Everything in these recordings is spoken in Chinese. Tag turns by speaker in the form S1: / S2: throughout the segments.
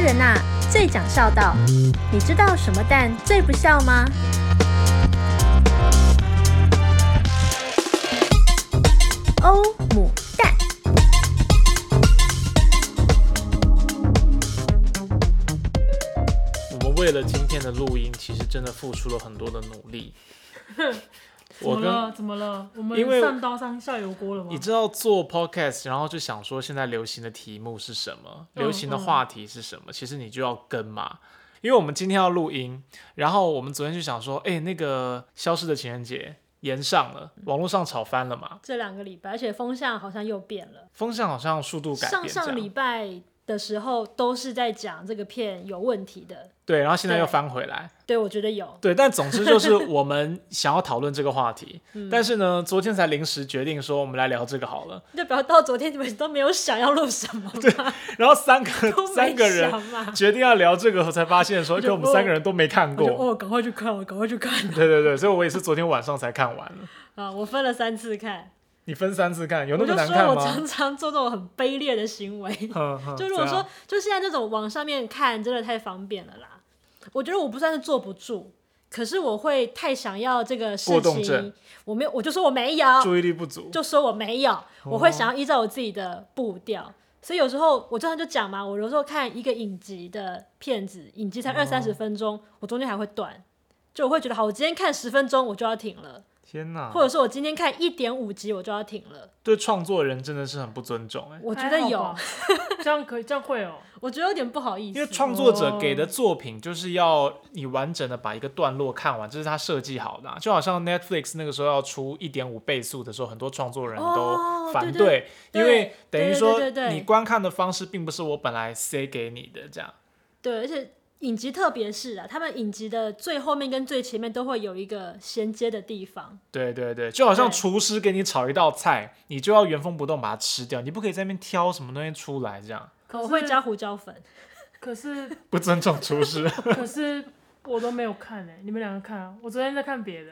S1: 人呐、最讲孝道。你知道什么蛋最不孝吗？欧姆蛋。
S2: 我们为了今天的录音，其实真的付出了很多的努 力。
S3: 怎
S2: 我
S3: 么
S2: 跟
S3: 了？怎么了？我
S2: 因为
S3: 们上刀山下油锅了吗
S2: 你？知道做 podcast，然后就想说现在流行的题目是什么，
S3: 嗯
S2: 流行的话题是什么，其实你就要跟嘛。因为我们今天要录音，然后我们昨天就想说，哎、那个消失的情人节延上了，网络上炒翻了嘛，
S3: 这两个礼拜，而且风向好像又变了。
S2: 风向好像速度改变
S3: 上
S2: 这
S3: 上礼
S2: 样，
S3: 拜的时候都是在讲这个片有问题的，
S2: 对，然后现在又
S3: 对
S2: 翻回来，
S3: 对我觉得有。
S2: 对，但总之 就是我们想要讨论这个话题，
S3: 嗯
S2: 但是呢，昨天才临时决定说我们来聊这个好了，
S3: 就表示到昨天你们都没有想要录什 么嘛，
S2: 然后三个
S3: 都 没
S2: 三个人
S3: 想嘛
S2: 决定要聊这个，我才发现说，
S3: 我
S2: 跟
S3: 就
S2: 我们三个人都没看
S3: 我就
S2: 过。
S3: 哦，赶快去看，我赶快去看
S2: 对对对，所以我也是昨天晚上才看完了。
S3: 啊！我分了三次看，
S2: 你分三次看，有那
S3: 我
S2: 么
S3: 就
S2: 难
S3: 说
S2: 看
S3: 我
S2: 吗
S3: 常？常做这种很卑劣的行为。
S2: 哼哼
S3: 就如果
S2: 这样
S3: 说，就现在这种往上面看，真的太方便了啦。我觉得我不算是坐不住，可是我会太想要这个事
S2: 过动症
S3: 情，我没有，我就说我没有，
S2: 注意力不足，
S3: 就说我没有，我
S2: 哦
S3: 会想要依照我自己的步调。所以有时候我经常就讲嘛，我有时候看一个影集的片子，影集才二三十
S2: 哦
S3: 分钟，我中间还会断，就我会觉得好，我今天看十分钟我就要停了，
S2: 天哪，
S3: 或者说我今天看一点五集我就要停了。
S2: 对创作人真的是很不尊重哎、
S3: 我觉得
S4: 还好
S3: 有
S4: 吧，这样可以，这样会哦。
S3: 我觉得有点不好意思，
S2: 因为创作者给的作品就是要你完整的把一个段落看完，这是他设计好的啊、就好像 Netflix 那个时候要出一点五倍速的时候，很多创作人都
S3: 哦
S2: 反
S3: 对
S2: 对，
S3: 对
S2: 因为等于
S3: 对对
S2: 说
S3: 对对对
S2: 你观看的方式并不是我本来塞给你的这样。
S3: 对，而且影集特别是啊，他们影集的最后面跟最前面都会有一个衔接的地方。
S2: 对对对，就好像
S3: 对
S2: 厨师给你炒一道菜，你就要原封不动把它吃掉，你不可以在那边挑什么东西出来，这样
S4: 可
S3: 我
S4: 是
S3: 会加胡椒粉，
S4: 可是
S2: 不尊重厨师。
S4: 可是我都没有看哎、你们两个看啊，我昨天在看别的，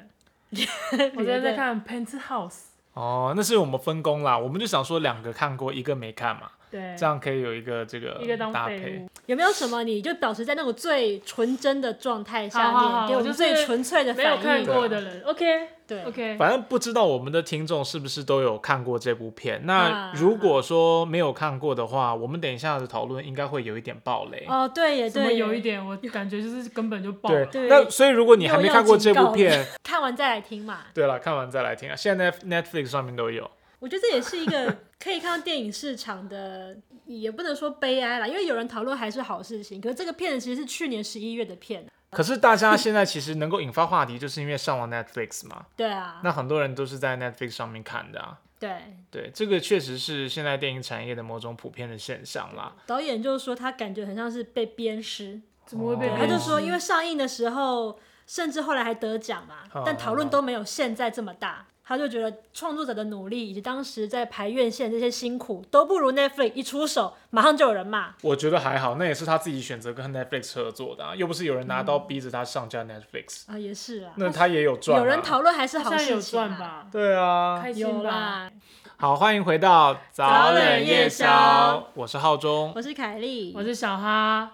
S4: 我昨天在看《Penthouse
S2: 哦，那是我们分工啦，我们就想说两个看过，一个没看嘛，》，
S4: 对，
S2: 这样可以有一个这个
S4: 一个当
S2: 搭
S4: 废
S2: 配
S4: 物。。
S3: 有没有什么你就保持在那种最纯真的状态下面，
S4: 好好好
S3: 给我们
S4: 就是
S3: 最纯粹的
S4: 没有
S3: 反
S4: 看
S3: 应？
S4: 过的人，OK
S3: 对
S4: OK，
S2: 反正不知道我们的听众是不是都有看过这部片。那
S3: 啊
S2: 如果说没有看过的话，我们等一下的讨论应该会有一点暴雷。
S3: 哦，对耶，
S4: 怎么
S3: 对耶，
S4: 有一点我感觉就是根本就爆
S2: 对
S4: 了，，
S3: 对
S2: 那所以如果你还没看过这
S3: 又要
S2: 部
S3: 警告
S2: 片，
S3: 看完再来听嘛。
S2: 对了，看完再来听啊。现在 Netflix 上面都有。
S3: 我觉得这也是一个 可以看到电影市场的，也不能说悲哀啦，因为有人讨论还是好事情。可是这个片其实是去年十一月的片，
S2: 可是大家现在其实能够引发话题，就是因为上了 Netflix 嘛。
S3: 对啊，
S2: 那很多人都是在 Netflix 上面看的啊。
S3: 对，
S2: 对，这个确实是现在电影产业的某种普遍的现象啦。
S3: 导演就说他感觉很像是被鞭尸，
S4: 怎么会被
S2: 哦
S4: 别
S3: 他
S4: 人
S3: 就
S4: 知
S3: 说，因为上映的时候，甚至后来还得奖嘛
S2: 哦，
S3: 但讨论都没有现在这么大。他就觉得创作者的努力以及当时在排院线这些辛苦，都不如 Netflix 一出手马上就有人骂。
S2: 我觉得还好，那也是他自己选择跟 Netflix 合作的、啊，又不是有人拿刀
S3: 嗯
S2: 逼着他上架 Netflix，、
S3: 啊，也是啦，
S2: 那他也有赚、啊。
S3: 有人讨论还是
S4: 好
S3: 好
S4: 像有
S3: 事情
S4: 赚
S3: 啊。
S4: 吧，
S2: 对啊。
S4: 开
S3: 有
S4: 心吧，
S3: 啦，
S2: 好，欢迎回到
S3: 早
S2: 冷
S3: 冷
S2: 夜
S3: 夜
S2: 宵
S3: 宵，
S2: 我是浩中。
S3: 我是凯莉
S4: 我，是小哈，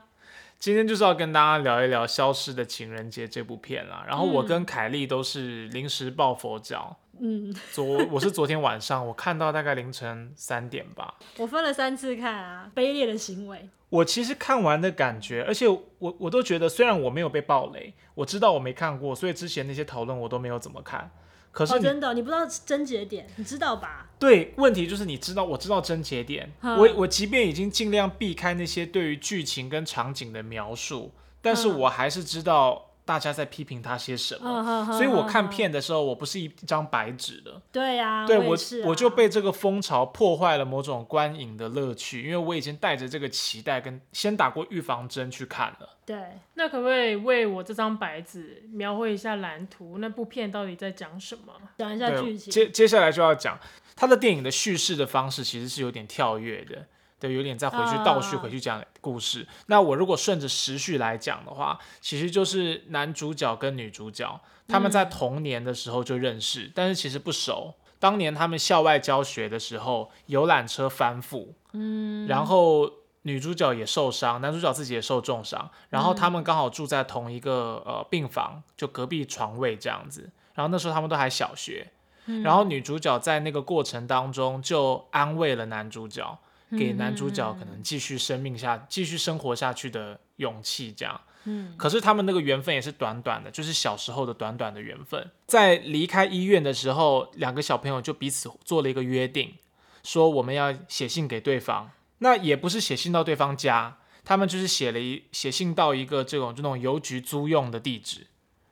S2: 今天就是要跟大家聊一聊《消失的情人节》这部片啦。然后我跟凯莉都是临时抱佛脚，
S3: 嗯，
S2: 昨 我是昨天晚上我看到大概凌晨三点吧，
S3: 我分了三次看啊，卑劣的行为，
S2: 我其实看完的感觉，而且我我都觉得，虽然我没有被暴雷，我知道我没看过，所以之前那些讨论我都没有怎么看。可是
S3: 哦，
S2: 你、
S3: 真的哦，你不知道症结点，你知道吧？
S2: 对问题就是，你知道我知道症结点，
S3: 嗯
S2: 我我即便已经尽量避开那些对于剧情跟场景的描述，但是
S3: 嗯
S2: 我还是知道大家在批评他些什
S3: 哦
S2: 么。
S3: 嗯
S2: 所以我看，片的时候，我不是一张白纸的，
S3: 对啊，
S2: 对
S3: 我
S2: 我
S3: 也是啊
S2: 我就被这个风潮破坏了某种观影的乐趣，因为我已经带着这个期待跟先打过预防针去看了。
S3: 对
S4: 那可不可以为我这张白纸描绘一下蓝图？那部片到底在讲什么？
S3: 讲一下
S2: 对，
S3: 剧情，
S2: 接接下来就要讲他的电影的叙事的方式，其实是有点跳跃的，对，有点再回去
S3: 啊
S2: 倒叙回去讲故事。那我如果顺着时序来讲的话，其实就是男主角跟女主角他们在童年的时候就认识，
S3: 嗯
S2: 但是其实不熟。当年他们校外教学的时候，游览车翻覆，嗯，然后女主角也受伤，男主角自己也受重伤，
S3: 嗯
S2: 然后他们刚好住在同一个呃病房，就隔壁床位这样子。然后那时候他们都还小学，
S3: 嗯
S2: 然后女主角在那个过程当中就安慰了男主角，给男主角可
S3: 嗯
S2: 能继续生命下、继续生活下去的勇气这样。
S3: 嗯
S2: 可是他们那个缘分也是短短的，就是小时候的短短的缘分。在离开医院的时候，两个小朋友就彼此做了一个约定，说我们要写信给对方。那也不是写信到对方家，他们就是写了一写信到一个这种这种邮局租用的地址，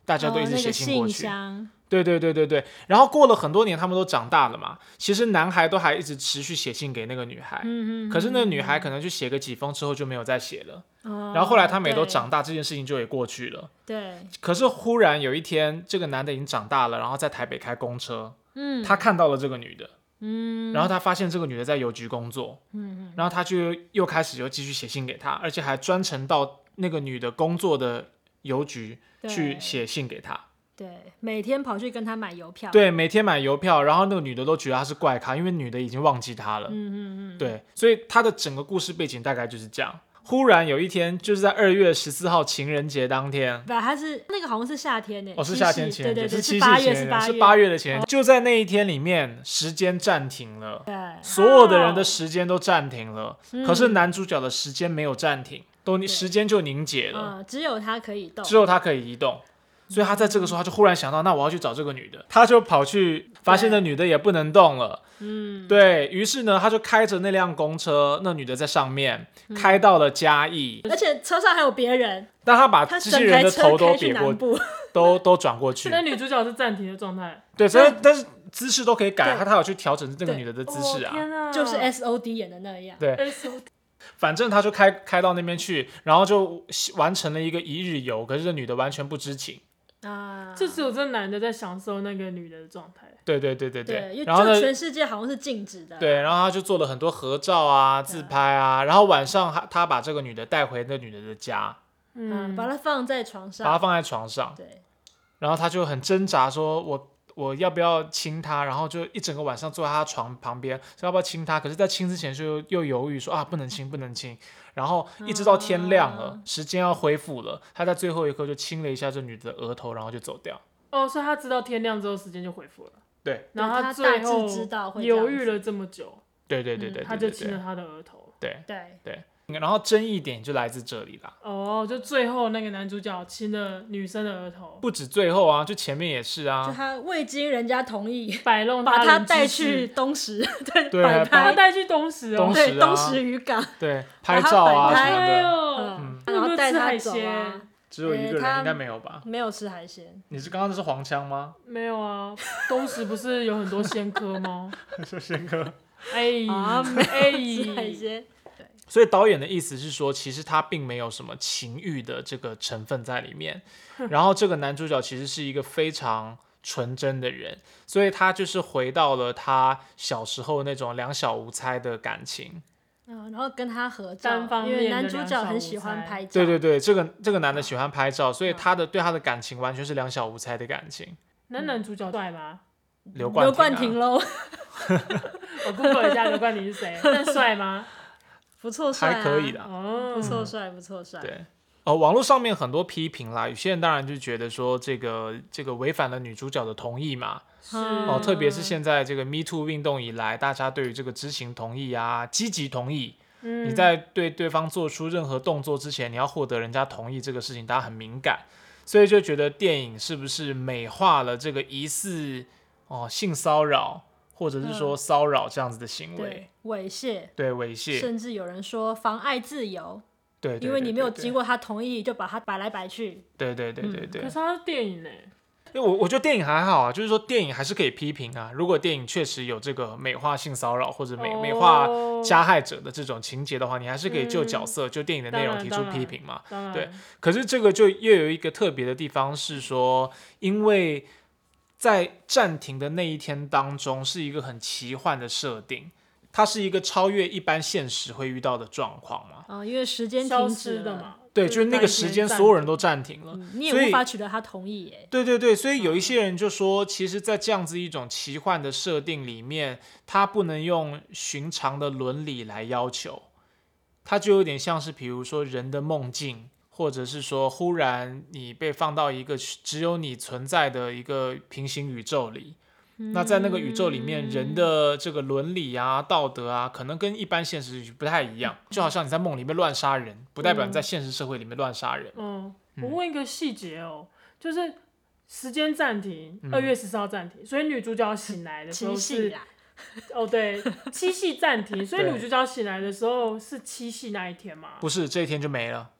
S2: 大家都一
S3: 哦
S2: 直
S3: 那
S2: 写
S3: 个
S2: 信过
S3: 信
S2: 去。
S3: 箱，
S2: 对对对对对，然后过了很多年，他们都长大了嘛。其实男孩都还一直持续写信给那个女孩，
S3: 嗯嗯，
S2: 可是那个女孩可能就写个几封之后就没有再写了。
S3: 哦
S2: 然后后来他们也都长大，这件事情就也过去了。
S3: 对，对
S2: 可是忽然有一天，这个男的已经长大了，然后在台北开公车，
S3: 嗯，
S2: 他看到了这个女的，
S3: 嗯，
S2: 然后他发现这个女的在邮局工作，嗯，然后他就又开始又继续写信给她，而且还专程到那个女的工作的邮局
S3: 对
S2: 去写信给她。
S3: 对，每天跑去跟他买邮票，，
S2: 对，每天买邮票，然后那个女的都觉得他是怪咖，因为女的已经忘记他了。
S3: 嗯嗯嗯，
S2: 对，所以他的整个故事背景大概就是这样。忽然有一天，就是在二月十四号情人节当天，
S3: 不，他是那个好像是夏天呢，
S2: 哦，是
S3: 七
S2: 夏
S3: 夕
S2: 天情人节，
S3: 对对对，
S2: 七夕
S3: 是
S2: 情
S3: 八月，
S2: 人
S3: 是
S2: 节，是
S3: 八
S2: 八
S3: 月，哦
S2: 月的情人节，就在那一天里面，时间暂停了，
S3: 对，
S2: 所有的人
S3: 哦
S2: 的时间都暂停了，可是男主角的时间没有暂停，都
S3: 嗯对
S2: 时间就凝结了。
S3: 嗯，只有他可以动，
S2: 只有他可以移动。所以他在这个时候，他就忽然想到，那我要去找这个女的，他就跑去发现那女的也不能动了，嗯，对于是呢，他就开着那辆公车，那女的在上面
S3: 嗯
S2: 开到了嘉义，
S3: 而且车上还有别人，
S2: 但他把
S3: 他
S2: 这
S3: 整
S2: 些人
S3: 台
S2: 的
S3: 车
S2: 头都
S3: 开去
S2: 别过
S3: 南，部，
S2: 都都转过去
S4: 那，女主角是暂停的状态。
S2: 对，所以但是姿势都可以改，
S3: 对
S2: 他他有去调整这个
S3: 对
S2: 女的的姿势
S4: 哦、
S2: 啊，
S4: 天哪，
S3: 就是 S O D 演的那样，
S2: 对，
S4: S
S2: 反正他就开开到那边去，然后就完成了一个一日游，可是这女的完全不知情，
S3: 啊，
S4: 就只有这男的在享受那个女的的状态。
S2: 对对对对
S3: 对，因为
S2: 然后呢
S3: 就，全世界好像是静止的，，
S2: 对，然后他就做了很多合照啊、自拍啊，然后晚上他他把这个女的带回那女的的家，
S3: 嗯，把它放在床
S2: 把她
S3: 上，
S2: 放在床上，
S3: 啊对，
S2: 然后他就很挣扎说，我我要不要亲她？然后就一整个晚上坐在她床旁边，说要不要亲她？可是，在亲之前就又又犹豫说啊，不能亲，不能亲。然后一直到天亮了，
S3: 啊
S2: 时间要恢复了，他在最后一刻就亲了一下这女的额头，然后就走掉。
S4: 哦，所以他知道天亮之后时间就恢复了，
S2: 对，
S4: 然后
S3: 他
S4: 最
S3: 大致
S4: 后
S3: 知道会这样
S4: 犹豫
S3: 子
S4: 了这么久，
S2: 对对对
S3: 嗯
S2: 对，
S4: 他
S2: 对
S4: 就
S2: 对
S4: 亲了他的额头。
S2: 对
S3: 对，
S2: 对，然后争议点就来自这里啦。
S4: 哦，就最后那个男主角亲了女生的额头，
S2: 不止最后啊，就前面也是啊，
S3: 就他未经人家同意，
S4: 摆弄
S3: 把
S4: 他
S3: 他
S4: 的
S3: 带
S4: 姿势
S3: 去，东石，对，
S2: 对
S3: 摆
S4: 把他
S3: 拍，
S4: 带去东石哦
S2: 东。石
S3: 对，
S2: 啊
S3: 东石渔港，
S2: 对，
S3: 把
S2: 拍
S3: 它
S2: 照啊什
S3: 摆拍
S2: 么
S4: 哎
S2: 的，
S4: 呦，
S3: 嗯，
S4: 那有
S3: 然
S4: 没
S3: 后
S4: 有
S3: 带
S4: 吃
S3: 他
S4: 海
S3: 走啊
S4: 鲜，
S2: 只有一个
S3: 呃他
S2: 人，应该没有吧？
S3: 没有吃海鲜，
S2: 你是刚刚那是黄腔吗？
S4: 没有啊，东石不是有很多仙科吗？
S2: 说轩哥。
S4: 哎，
S3: 啊
S4: 哎，
S3: 吃海鲜，
S2: 所以导演的意思是说，其实他并没有什么情欲的这个成分在里 面。然后这个男主角其实是一个非常纯真的人，所以他就是回到了他小时候那种两小无猜的感情。
S3: 嗯，然后跟他合照
S4: 单，方
S3: 因
S4: 面
S3: 为
S4: 的
S3: 男主
S4: 两
S3: 角
S4: 小
S3: 很
S4: 无
S3: 喜欢
S4: 猜
S3: 拍照，
S2: 对对对，这个这个男的喜欢拍照，所
S3: 嗯
S2: 以他的对他的感情完全是两小无猜的感情。
S4: 那男主角帅吗？
S2: 刘冠
S3: 刘
S2: 廷啊、
S3: 冠廷喽，
S4: 我 Google 一下刘冠廷 是谁，那帅吗？
S3: 不错帅、啊，
S2: 还可以的，
S4: 哦
S3: 不，错帅，不错帅，
S2: 对，呃，网络上面很多批评啦，有些人当然就觉得说这个这个违反了女主角的同意嘛，
S4: 是
S2: 哦，
S3: 哦
S2: 特别是现在这个 Me Too 运动以来，大家对于这个知情同意啊，积极同意，
S4: 嗯
S2: 你在对对方做出任何动作之前，你要获得人家同意这个事情，大家很敏感，所以就觉得电影是不是美化了这个疑似哦性骚扰或者是说骚扰这样子的行为，
S3: 嗯对，猥亵，
S2: 对猥亵，
S3: 甚至有人说妨碍自由，
S2: 对，对
S3: 因为你没有经，过嗯
S2: 对
S3: 他同意就把他摆来摆去，
S2: 对对对对对对
S4: 可是他是电影呢，
S2: 因为我我觉得电影还好啊，就是说电影还是可以批评啊。如果电影确实有这个美化性骚扰或者美、美化
S4: 哦
S2: 加害者的这种情节的话，你还是可以就角色、就电影的内容
S4: 当然
S2: 提出
S4: 当然
S2: 批评嘛。
S4: 当然
S2: 对可是这个就又有一个特别的地方是说，因为在暂停的那一天当中是一个很奇幻的设定，它是一个超越一般现实会遇到的状况嘛。
S3: 啊、因为时间
S4: 哦消
S3: 停止
S4: 失的
S3: 了，
S4: 嘛，
S2: 对，就是那个时间所有人都暂停了，
S3: 嗯，你也
S2: 所以
S3: 无法取得他同意耶，
S2: 对对对，所以有一些人就说，其实，在这样子一种奇幻的设定里面，它不能用寻常的伦理来要求，它就有点像是，比如说人的梦境，或者是说忽然你被放到一个只有你存在的一个平行宇宙里。那在那个宇宙里面，人的这个伦理啊、道德啊，可能跟一般现实不太一样。就好像你在梦里面乱杀人，不代表你在现实社会里面乱杀人。
S4: 嗯，我
S2: 嗯
S4: 问一个细节哦，就是时间暂停，
S2: 嗯
S4: 二、月十四号暂停，所以女主角醒来的时
S3: 七
S4: 候
S3: 夕
S4: 是
S3: 啦，
S4: 哦对，七夕暂停， 所以
S2: 对
S4: 女主角醒来的时候是七夕那一天嘛，
S2: 不是这一天就没了，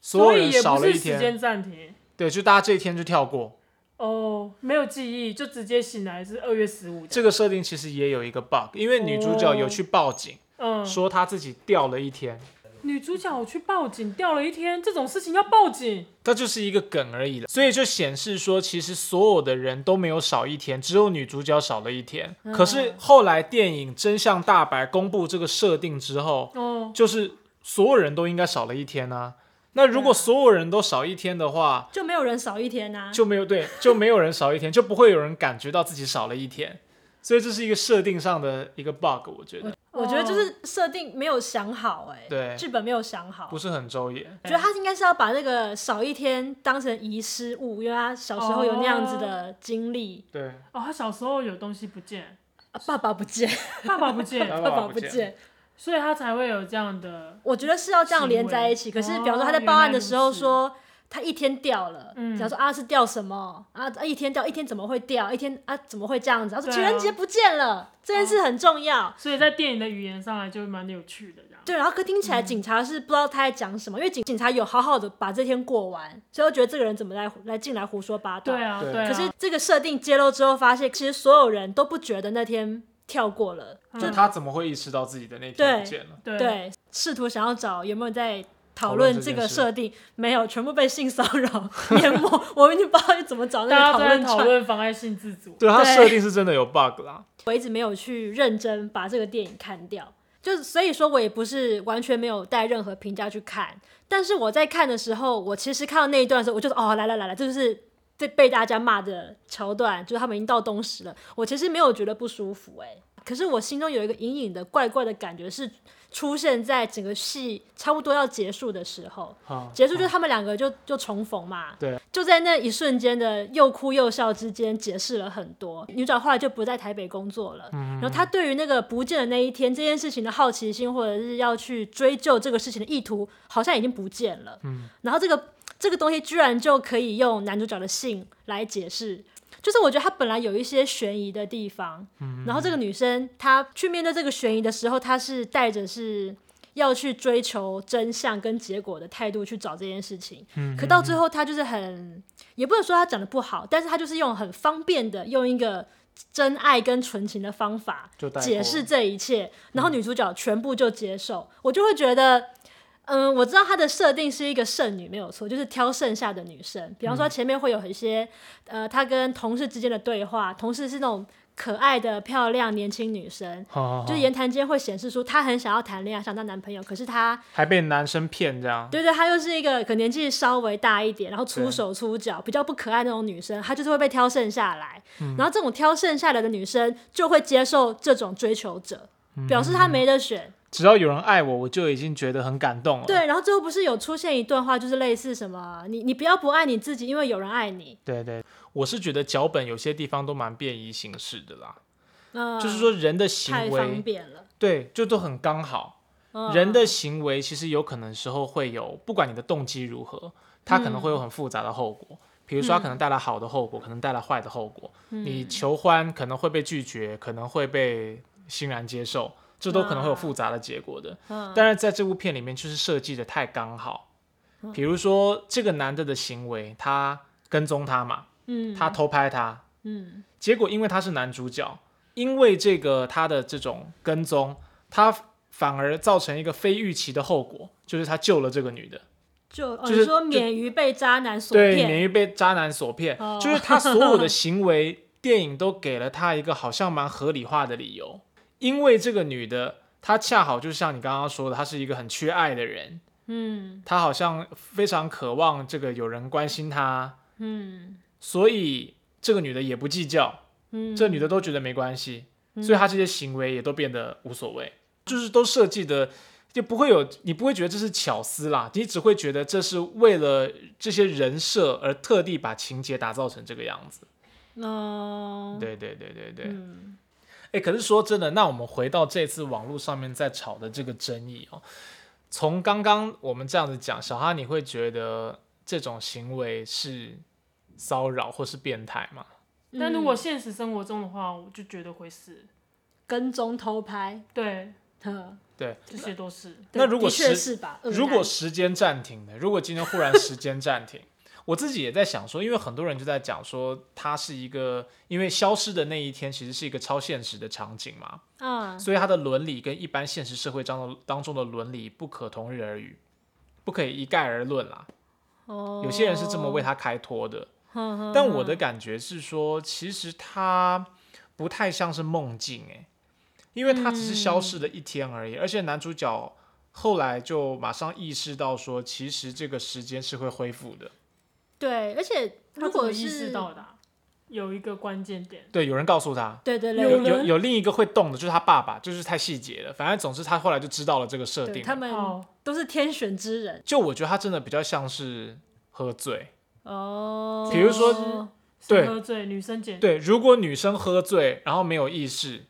S2: 所
S4: 所
S2: 有
S4: 以
S2: 人
S4: 也
S2: 少
S4: 不
S2: 了
S4: 是
S2: 一
S4: 时
S2: 天。
S4: 间暂停。
S2: 对，就大家这一天就跳过。
S4: 哦，没有记忆，就直接醒来是二月十五。
S2: 这个设定其实也有一个 bug，因为女主角有去报警，
S4: 嗯，
S2: 说她自己掉了一天，
S4: 女主角去报警，掉了一天，这种事情要报警。
S2: 它就是一个梗而已了。所以就显示说，其实所有的人都没有少一天，只有女主角少了一天。
S4: 嗯
S2: 可是后来电影真相大白公布这个设定之后，
S4: 哦，
S2: 就是所有人都应该少了一天啊。那如
S4: 嗯
S2: 果所有人都少一天的话，
S3: 就没有人少一天啊呐、
S2: 就没有对，就没有人少一天，就不会有人感觉到自己少了一天。所以这是一个设定上的一个 bug，我觉得
S3: 我觉得
S4: 哦
S3: 就是设定没有想好、哎，
S2: 对
S3: 剧本没有想好。
S2: 不是很周延。
S3: 我觉得他应该是要把那个少一天当成遗失物，因为他小时候有那样子的经历，
S2: 对，
S4: 哦，他小时候有东西不见，
S3: 啊爸爸不见，
S4: 爸爸不 见，
S2: 爸
S3: 爸
S2: 爸
S3: 爸
S2: 不
S3: 不
S2: 见
S3: 见。
S4: 所以他才会有这样的。
S3: 我觉得是要这样连在一起。
S4: 行
S3: 可
S4: 为
S3: 是，比方说他在
S4: 哦
S3: 报案
S4: 原来
S3: 的
S4: 如
S3: 时候
S4: 此
S3: 说他一天掉了，
S4: 嗯
S3: 假如说啊是掉什么啊啊一天掉一天怎么会掉一天啊怎么会这样子？他说
S4: 对啊嗯
S3: 情人节不见了，这件事很重要。
S4: 所以在电影的语言上来就蛮有趣的，这样。
S3: 对，然后可听起
S4: 嗯
S3: 来警察是不知道他在讲什么，因为警警察有好好的把这天过完，所以我觉得这个人怎么来来进来胡说八道。
S4: 对啊，
S2: 对
S4: 对啊。
S3: 可是这个设定揭露之后，发现其实所有人都不觉得那天跳过了，
S2: 就他怎么会意识到自己的那天
S3: 嗯对
S2: 不见了？
S4: 嗯对，
S3: 对，试图想要找有没有在讨
S2: 讨
S3: 论
S2: 论这
S3: 这
S2: 件
S3: 个
S2: 事
S3: 设定，没有，全部被性骚扰 淹没，我们已经不知道怎么找那
S4: 大
S3: 个讨
S4: 家都在
S3: 论
S4: 讨
S3: 串。
S4: 论妨碍性自主。
S2: 对，它
S3: 对
S2: 设定是真的有 bug 啦。
S3: 我一直没有去认真把这个电影看掉，就所以说我也不是完全没有带任何评价去看，但是我在看的时候，我其实看到那一段的时候，我就说哦，来来来来，这就是。被被大家骂的桥段，就是他们已经到东石了。我其实没有觉得不舒服、哎，可是我心中有一个隐隐的怪怪的感觉，是出现在整个戏差不多要结束的时候。
S2: 啊，
S3: 结束就是他们两个就就重逢嘛，
S2: 对，
S3: 就在那一瞬间的又哭又笑之间，解释了很多。女主角后来就不在台北工作了，然后她对于那个不见的那一天这件事情的好奇心，或者是要去追究这个事情的意图，好像已经不见了。嗯，然后这个这个东西居然就可以用男主角的姓来解释。就是我觉得他本来有一些悬疑的地方，然后这个女生她去面对这个悬疑的时候，她是带着是要去追求真相跟结果的态度去找这件事情。
S2: 嗯
S3: 可到最后，他就是很，也不能说他讲的不好，但是他就是用很方便的，用一个真爱跟纯情的方法
S2: 就带过嗯
S3: 解释这一切，然后女主角全部就接受，我就会觉得。嗯，我知道她的设定是一个剩女，没有错，就是挑剩下的女生。比
S2: 嗯
S3: 方说，前面会有一些，呃，她跟同事之间的对话，同事是那种可爱的、漂亮、年轻女生，
S2: 好，
S3: 就是言谈间会显示出她很想要谈恋爱，想当男朋友，可是她
S2: 还被男生骗这样。
S3: 对对，她又是一个可能年纪稍微大一点，然后粗手粗脚，比较不可爱那种女生，她就是会被挑剩下来。
S2: 嗯
S3: 然后这种挑剩下来的女生就会接受这种追求者，
S2: 嗯
S3: 表示她没得选。
S2: 只要有人爱我，我就已经觉得很感动了。，
S3: 对，然后最后不是有出现一段话，就是类似什么，你你不要不爱你自己，因为有人爱你。
S2: 对对，我是觉得脚本有些地方都蛮便宜形式的啦，
S3: 嗯，
S2: 就是说人的
S3: 太
S2: 行
S3: 方
S2: 为，
S3: 便了。
S2: 对，就都很刚好。
S3: 嗯
S2: 人的行为其实有可能时候会有，不管你的动机如何，它可能
S3: 嗯
S2: 会有很复杂的后果。比如说，它可能带来好的后果，可能带来坏的后果。
S3: 嗯
S2: 你求欢可能会被拒绝，可能会被欣然接受，这都可能会有复杂的结果的。
S3: 嗯
S2: 但是在这部片里面，就是设计的太刚好。
S3: 嗯
S2: 比如说，这个男的的行为，他跟踪他嘛，
S3: 嗯
S2: 他偷拍他，
S3: 嗯
S2: 结果因为他是男主角，因为这个他的这种跟踪，他反而造成一个非预期的后果，就是他救了这个女的，
S3: 就哦
S2: 就
S3: 你
S2: 是
S3: 说
S2: 就
S3: 免于被渣男所
S2: 对，
S3: 骗
S2: 免，于被渣男所骗，
S3: 哦
S2: 就是他所有的行为，电影都给了他一个好像蛮合理化的理由，因为这个女的，她恰好就像你刚刚说的，她是一个很缺爱的人，
S3: 嗯
S2: 她好像非常渴望这个有人关心她，
S3: 嗯
S2: 所以这个女的也不计较，
S3: 嗯，
S2: 这女的都觉得没关系，所以她这些行为也都变得无所谓，就是都设计的就不会有你不会觉得这是巧思啦，你只会觉得这是为了这些人设而特地把情节打造成这个样子。
S3: 嗯，
S2: 对对对对对，哎、
S3: 嗯，
S2: 可是说真的，那我们回到这次网络上面在吵的这个争议哦，从刚刚我们这样子讲，小哈你会觉得这种行为是骚扰或是变态吗？
S3: 嗯
S4: 但如果现实生活中的话，我就觉得会是，
S3: 跟踪偷拍，
S4: 对，
S3: 呵，
S2: 对，
S4: 这些都是。
S3: 对
S2: 那如果
S3: 的确
S2: 是
S3: 是吧？
S2: 如果
S3: 是
S2: 时间暂停的，如果今天忽然时间暂停，我自己也在想说，因为很多人就在讲说，它是一个，因为消失的那一天其实是一个超现实的场景嘛，
S3: 嗯，
S2: 所以它的伦理跟一般现实社会当中当中的伦理不可同日而语，不可以一概而论啦。
S3: 哦，
S2: 有些人是这么为他开脱的，
S3: 哼，哼
S2: 但我的感觉是说，其实它不太像是梦境诶、因为它只是
S3: 嗯
S2: 消失了一天而已，而且男主角后来就马上意识到说，其实这个时间是会恢复的。
S3: 对，而且如果
S4: 他怎么意识
S3: 是
S4: 到的啊、有一个关键点，
S2: 对，有人告诉他。
S3: 对对
S2: 有
S3: 对
S2: 有有另一个会动的，就是他爸爸，就是太细节了。反正总之，他后来就知道了这个设
S3: 对，
S2: 定。
S3: 他们
S4: 哦，
S3: 都是天选之人
S2: 就我觉得他真的比较像是喝醉。
S3: 哦。
S2: 比如说对
S4: 谁喝醉，女生捡，
S2: 对，如果女生喝醉，然后没有意识，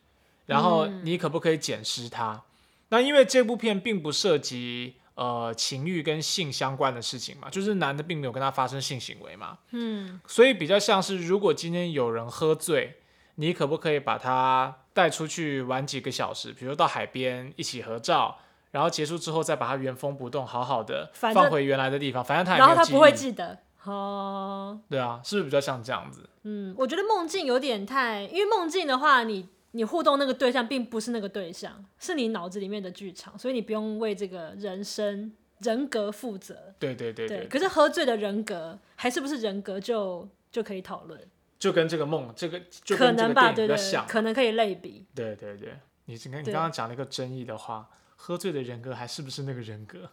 S2: 然后
S3: 嗯
S2: 你可不可以捡尸她？那因为这部片并不涉及呃情欲跟性相关的事情嘛，就是男的并没有跟她发生性行为嘛，
S3: 嗯，
S2: 所以比较像是如果今天有人喝醉，你可不可以把他带出去玩几个小时，比如到海边一起合照，然后结束之后再把他原封不动好好的
S3: 反正
S2: 放回原来的地方，反正他也
S3: 然
S2: 没有
S3: 后他
S2: 记忆，
S3: 不会记得哦。
S2: 对啊，是不是比较像这样子？
S3: 嗯，我觉得梦境有点太，因为梦境的话，你你互动那个对象并不是那个对象，是你脑子里面的剧场，所以你不用为这个人生人格负责。
S2: 对对对对
S3: 对，可是喝醉的人格还是不是人格就就可以讨论，
S2: 就跟这个梦，这个就
S3: 可
S2: 跟这
S3: 能
S2: 个
S3: 吧？
S2: 电
S3: 对
S2: 影比较
S3: 对，
S2: 像。
S3: 可能可以类比。
S2: 对对对，你刚你
S3: 对
S2: 刚刚讲了一个争议的话，喝醉的人格还是不是那个人格？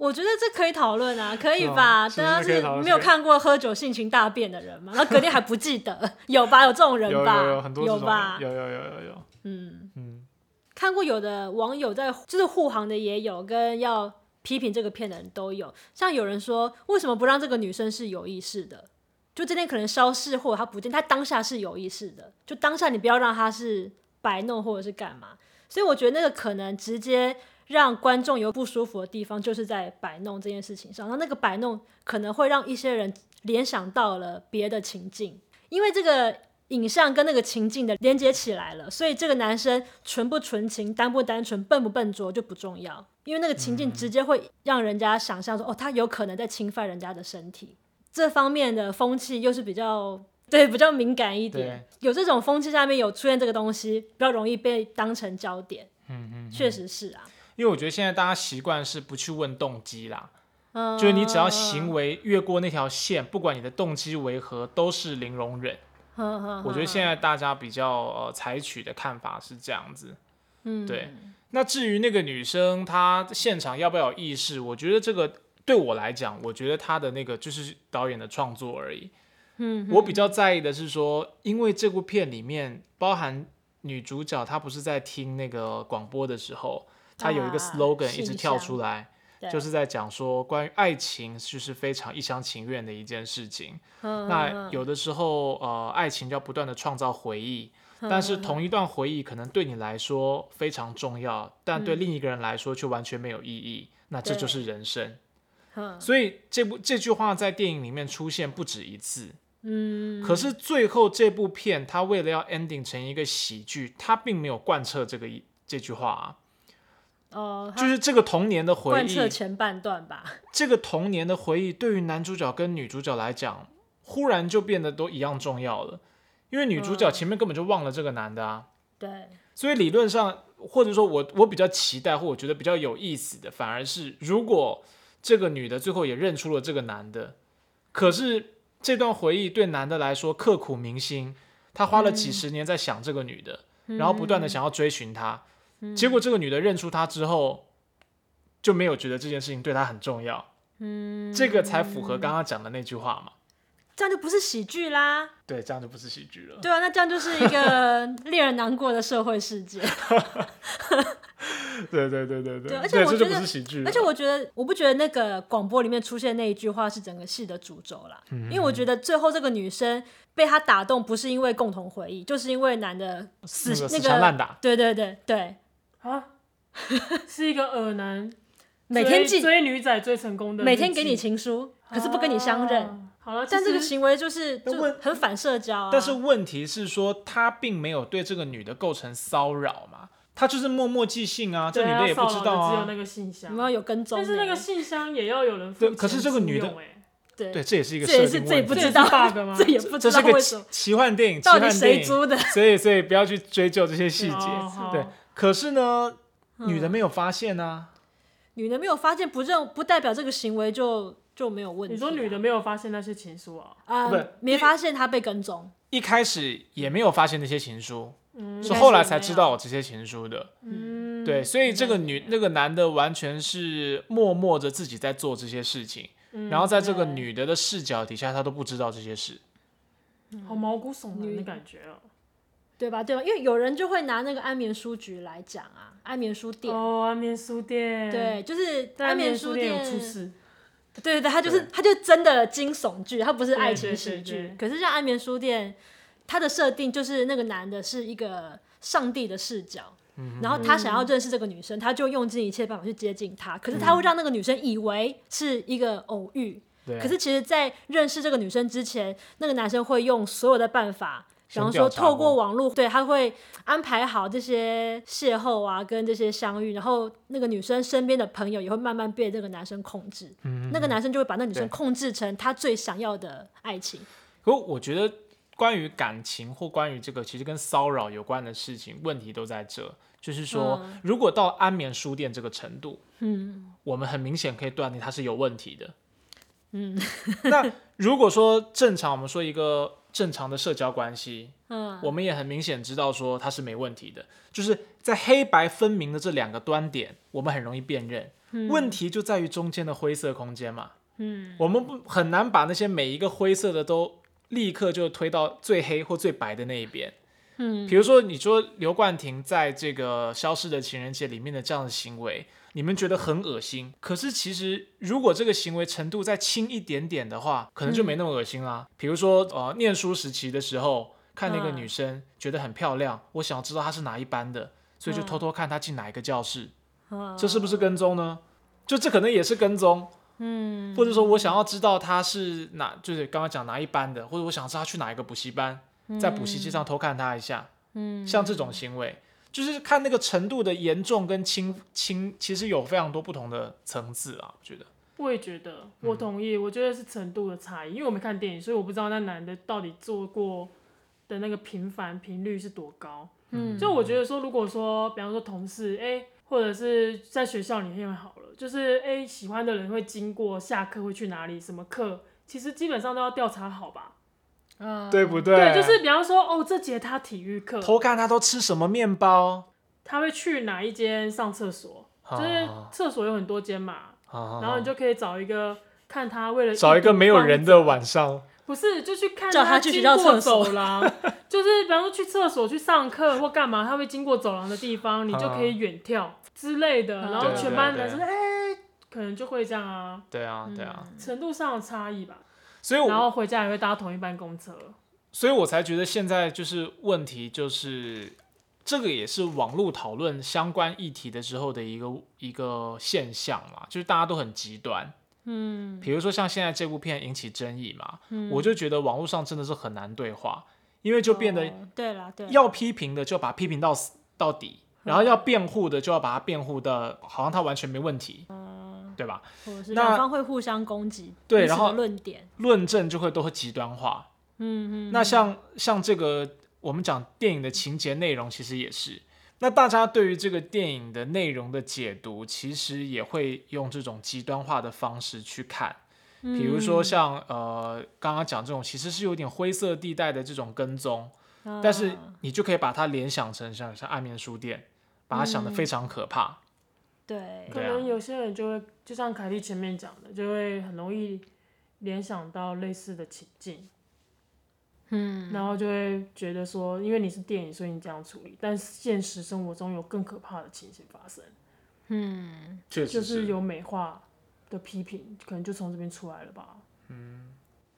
S3: 我觉得这可以讨 论啊，可以
S2: 是吗
S3: 吧？
S2: 是
S3: 大家
S2: 是可以
S3: 是
S2: 讨论
S3: 没有
S2: 是可以
S3: 看过喝酒性情大变的人嘛，然后隔天还不记得， 有吧？有这种人
S2: 有
S3: 吧？
S2: 有有很多这种
S3: 吧
S2: 人？有有有有有，
S3: 嗯，
S2: 嗯，
S3: 看过有的网友在就是护航的也有，跟要批评这个片的人都有。像有人说，为什么不让这个女生是有意识的？就这天可能消失或者她不见，她当下是有意识的，就当下你不要让她是白弄或者是干嘛。所以我觉得那个可能直接让观众有不舒服的地方，就是在摆弄这件事情上。然后那个摆弄可能会让一些人联想到了别的情境，因为这个影像跟那个情境的连接起来了，所以这个男生纯不纯情、单不单纯、笨不笨拙就不重要，因为那个情境直接会让人家想象说，哦，他有可能在侵犯人家的身体。这方面的风气又是比较 对比较敏感一点，有这种风气下面有出现这个东西，比较容易被当成焦点。嗯嗯，确实是啊。
S2: 因为我觉得现在大家习惯是不去问动机啦，
S3: 嗯，
S2: 就是你只要行为越过那条线，不管你的动机为何，都是零容忍。
S3: 呵呵呵，
S2: 我觉得现在大家比较呃采取的看法是这样子，
S3: 嗯
S2: 对。那至于那个女生她现场要不要有意识，我觉得这个对我来讲，我觉得她的那个就是导演的创作而已。
S3: 嗯，
S2: 我比较在意的是说，因为这部片里面包含女主角她不是在听那个广播的时候，她有一个
S3: 啊
S2: slogan 一直
S3: 信
S2: 跳
S3: 箱
S2: 出来，
S3: 对
S2: 就是在讲说关于爱情就是非常一厢情愿的一件事情。
S3: 嗯
S2: 那有的时候呃，爱情就要不断的创造回忆，
S3: 嗯
S2: 但是同一段回忆可能对你来说非常重要，但对另一个人来说却完全没有意义。那这
S3: 嗯对嗯
S2: 就是人生。
S3: 哼
S2: 所以这部这句话在电影里面出现不止一次。
S3: 嗯，
S2: 可是最后这部片，它为了要 ending 成一个喜剧，它并没有贯彻这个一这句话啊，
S3: 哦，
S2: 就
S3: 它
S2: 是这个童年的回
S3: 贯
S2: 忆，
S3: 彻前半段吧。
S2: 这个童年的回忆对于男主角跟女主角来讲，忽然就变得都一样重要了，因为女主角前面根本就忘了这个男的啊，
S3: 对，
S2: 所以理论上或者说我我比较期待或我觉得比较有意思的，反而是如果这个女的最后也认出了这个男的，可是这段回忆对男的来说刻骨铭心，他花了几十年在想这个女的，然后不断
S3: 嗯
S2: 的想要追寻她，结果这个女的认出他之后。就没有觉得这件事情对他很重要，
S3: 嗯，
S2: 这个才符合刚刚讲的那句话嘛。
S3: 这样就不是喜剧啦。
S2: 对，这样就不是喜剧了。
S3: 对啊，那这样就是一个令人难过的社会事件。
S2: 对对对对对
S3: 对而且
S2: 对，
S3: 我
S2: 这就不
S3: 觉得
S2: 是喜剧了，
S3: 而且我觉得，我不觉得那个广播里面出现那一句话是整个戏的主轴啦，
S2: 嗯
S3: 因为我觉得最后这个女生被他打动，不是因为共同回忆，就是因为男的死
S2: 那个死
S3: 那
S2: 缠
S3: 个
S2: 烂打，
S3: 对对对对，
S4: 啊， 是一个耳男，
S3: 每天
S4: 追
S3: 寄
S4: 追女仔追成功的日记，
S3: 每天给你情书，可是不跟你相认，
S4: 啊。好了，
S3: 但
S4: 其
S3: 这个
S4: 实
S3: 行为就是就
S2: 那问
S3: 很反社交啊。
S2: 但是问题是说他并没有对这个女的构成骚扰嘛，他就是默默寄信啊，这
S4: 对
S2: 女
S4: 啊
S2: 也不
S4: 扫
S2: 知
S4: 描
S2: 道
S4: 的只有
S2: 啊
S4: 那，个信
S3: 你
S4: 箱，
S3: 们要有跟踪欸，
S4: 但是那个信箱也要有人付
S2: 对
S4: 钱
S2: 可是这个女的
S4: 租用欸
S3: 对
S2: 对，这也是一个
S3: 这也
S2: 设
S3: 是
S2: 定
S3: 这也
S2: 问
S3: 不
S2: 题
S4: 这。
S3: 知
S4: 也
S3: 道
S4: 是 bug 吗
S3: 这也
S2: 这
S3: 不知
S2: 是
S3: 道
S2: 个
S3: 为什
S2: 奇
S3: 么，
S2: 奇幻电影，奇
S3: 到
S2: 幻
S3: 底
S2: 电
S3: 谁
S2: 影，
S3: 租的？
S2: 所以所以不要去追究这些 细节。
S4: 哦好
S2: 对，可是呢，女的
S3: 嗯
S2: 没有发现啊，
S3: 女的没有发现，不认不代表这个行为就就没有问题啊。
S4: 你说女的没有发现那些情书啊？
S3: 啊
S2: 不是，
S3: 没发现她被跟踪，
S2: 一开始也没有发现那些情书，
S4: 嗯，
S2: 是
S3: 应该
S2: 后
S3: 是
S2: 来
S3: 没
S2: 才知
S3: 有
S2: 道有这些情书的。
S4: 嗯，
S2: 对，所以这个女那个男的完全是默默着自己在做这些事情，
S4: 嗯
S2: 然后在这个
S3: 对
S2: 女的的视角底下，他都不知道这些事。
S4: 好毛骨悚然
S3: 女
S4: 的感觉哦。
S3: 对吧？对吧？因为有人就会拿那个安眠书局来讲啊，安眠书店，
S4: 哦，安眠书店，，
S3: 对，就是
S4: 但安
S3: 眠
S4: 书
S3: 店
S4: 有，出事，
S3: 对对对，它就是
S2: 对
S3: 它就真的惊悚剧，它不是
S4: 对
S3: 爱
S4: 对
S3: 情喜
S4: 对
S3: 剧
S4: 对。
S3: 可是像安眠书店，它的设定就是那个男的是一个上帝的视角。
S4: 嗯
S3: 然后他想要认识这个女生，他就用尽一切办法去接近她。可是他
S4: 嗯
S3: 会让那个女生以为是一个偶遇，
S2: 对，
S3: 可是其实，在认识这个女生之前，那个男生会用所有的办法，比
S2: 先
S3: 方
S2: 调
S3: 说
S2: 查
S3: 透
S2: 过
S3: 过网络，对，他会安排好这些邂逅啊，跟这些相遇，然后那个女生身边的朋友也会慢慢被这个男生控制，那个男生就会把那女生
S2: 嗯对
S3: 控制成他最想要的爱情。
S2: 可我觉得关于感情或关于这个其实跟骚扰有关的事情，问题都在这，就是说，
S3: 嗯
S2: 如果到安眠书店这个程度，
S3: 嗯，
S2: 我们很明显可以断定它是有问题的。
S3: 嗯，
S2: 那如果说正常，我们说一个正常的社交关系，
S3: 嗯，
S2: 我们也很明显知道说它是没问题的，就是在黑白分明的这两个端点，我们很容易辨认。
S3: 嗯
S2: 问题就在于中间的灰色空间嘛。嗯，我们不很难把那些每一个灰色的都立刻就推到最黑或最白的那一边。嗯，比如说你说刘冠廷在这个《消失的情人节》里面的这样的行为，你们觉得很恶心，可是其实如果这个行为程度再轻一点点的话，可能就没
S3: 嗯
S2: 那么恶心啦。比如说，呃，念书时期的时候，看那个
S3: 嗯
S2: 女生觉得很漂亮，我想要知道她是哪一班的，所以就
S3: 嗯
S2: 偷偷看她进哪一个教室，
S3: 嗯
S2: 这是不是跟踪呢？就这可能也是跟踪，
S3: 嗯，
S2: 或者说我想要知道她是哪，就是刚刚讲哪一班的，或者我想知道她去哪一个补习班，在补习机上偷看她一下，
S3: 嗯，
S2: 像这种行为，就是看那个程度的严重跟轻轻，其实有非常多不同的层次啊，我觉得。
S4: 我也觉得，我
S2: 嗯
S4: 同意，我觉得是程度的差异，因为我没看电影，所以我不知道那男的到底做过的那个频繁频率是多高。
S3: 嗯
S4: 就我觉得说，如果说，比方说同事，哎、或者是在学校里面好了，就是哎、诶喜欢的人会经过，下课会去哪里，什么课，其实基本上都要调查好吧。
S3: 啊，
S2: 不
S4: 对，就是比方说，哦，这节他体育课，
S2: 偷看他都吃什么面包，
S4: 他会去哪一间上厕所，就是
S2: 啊
S4: 厕所有很多间嘛，
S2: 然
S4: 然后你就可以找一个看他为了
S2: 找一个没有人
S4: 方
S2: 的晚上，
S4: 不是，就去看
S3: 叫他去
S4: 经
S3: 学校
S4: 过
S3: 厕所
S4: 走廊， 就是比方说去厕所、去上课或干嘛，他会经过走廊的地方，你就可以远眺之类的。
S3: 嗯
S4: 然后全班
S2: 对对
S4: 男生
S2: 对
S4: 哎、可能就会这样啊，
S2: 对啊，对啊，
S4: 程度上的差异吧。
S2: 所以
S4: 然
S2: 我
S4: 后回家也会搭同一班公车，
S2: 所以我才觉得现在就是问题就是。这个也是网络讨论相关议题的时候的一个一个现象嘛，就是大家都很极端，
S3: 嗯
S2: 比如说像现在这部片引起争议嘛，我就觉得网络上真的是很难对话，因为就变得
S3: 哦对了，对啦，
S2: 要批评的就把批评到死到底，
S3: 嗯
S2: 然后要辩护的就要把他辩护的好像他完全没问题，
S3: 嗯
S2: 对吧？
S3: 或者是
S2: 那
S3: 两方会互相攻击，
S2: 对
S3: 彼此
S2: 然后
S3: 的论点，
S2: 论证就会都会极端化。
S3: 嗯嗯，
S2: 那像像这个我们讲电影的情节内容，其实也是。那大家对于这个电影的内容的解读，其实也会用这种极端化的方式去看。比如
S4: 嗯
S2: 说像呃刚刚讲这种，其实是有点灰色地带的这种跟踪，
S3: 嗯，
S2: 但是
S3: 啊
S2: 你就可以把它联想成像像暗面书店，把它
S4: 嗯
S2: 想得非常可怕。
S3: 对，
S4: 可
S2: 对啊
S4: 能有些人就会，就像凯莉前面讲的，就会很容易联想到类似的情境。
S3: 嗯
S4: 然后就会觉得说，因为你是电影，所以你这样处理，但现实生活中有更可怕的情形发生。
S3: 嗯，
S5: 确实
S4: 就是有美化的批评，可能就从这边出来了吧。